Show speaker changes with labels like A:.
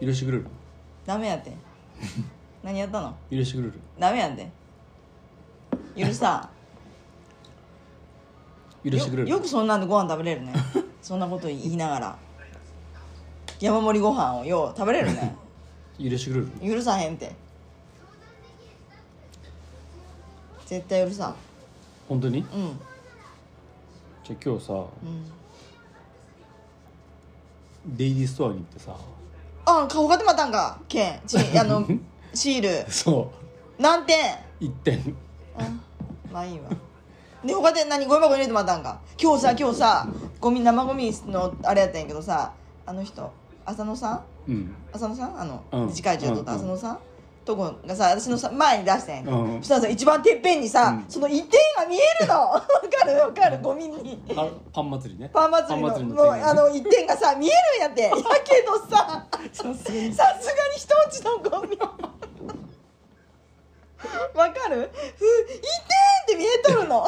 A: 許してくれる
B: ダメやて 何やったの
A: 許してくれる
B: ダメやて許さ
A: 許してくれる
B: よよくそんなんでご飯食べれる ねそんなこと言いながら山盛りご飯をよう食べれ るね
A: 許してくれる
B: 許さへんて絶対許さん
A: 本当に
B: うん
A: じゃあ今日さ
B: うん
A: デイリーストアに行って さ
B: あ顔がってまたんかけんち あのシール
A: そ
B: 何点
A: う1点
B: あまあいいわで他で何ゴミ箱に入れてもらったんか今日さ今日さゴミ生ゴミのあれやったんやけどさあの人浅野さん
A: うん
B: 浅野さんあの、
A: うん
B: 次回中とった
A: うん
B: 浅野さんとこがさ私のさ前に出したんやけど、
A: うん
B: そしたらさ一番てっぺんにさ、
A: うん
B: その一点が見えるの わかるわかるゴミに
A: あパン祭りね
B: パン祭りの
A: の
B: もう
A: 点
B: あの一点が さ見えるんやってやけどささすがに人んちのゴミわかるふ一点って見えとるの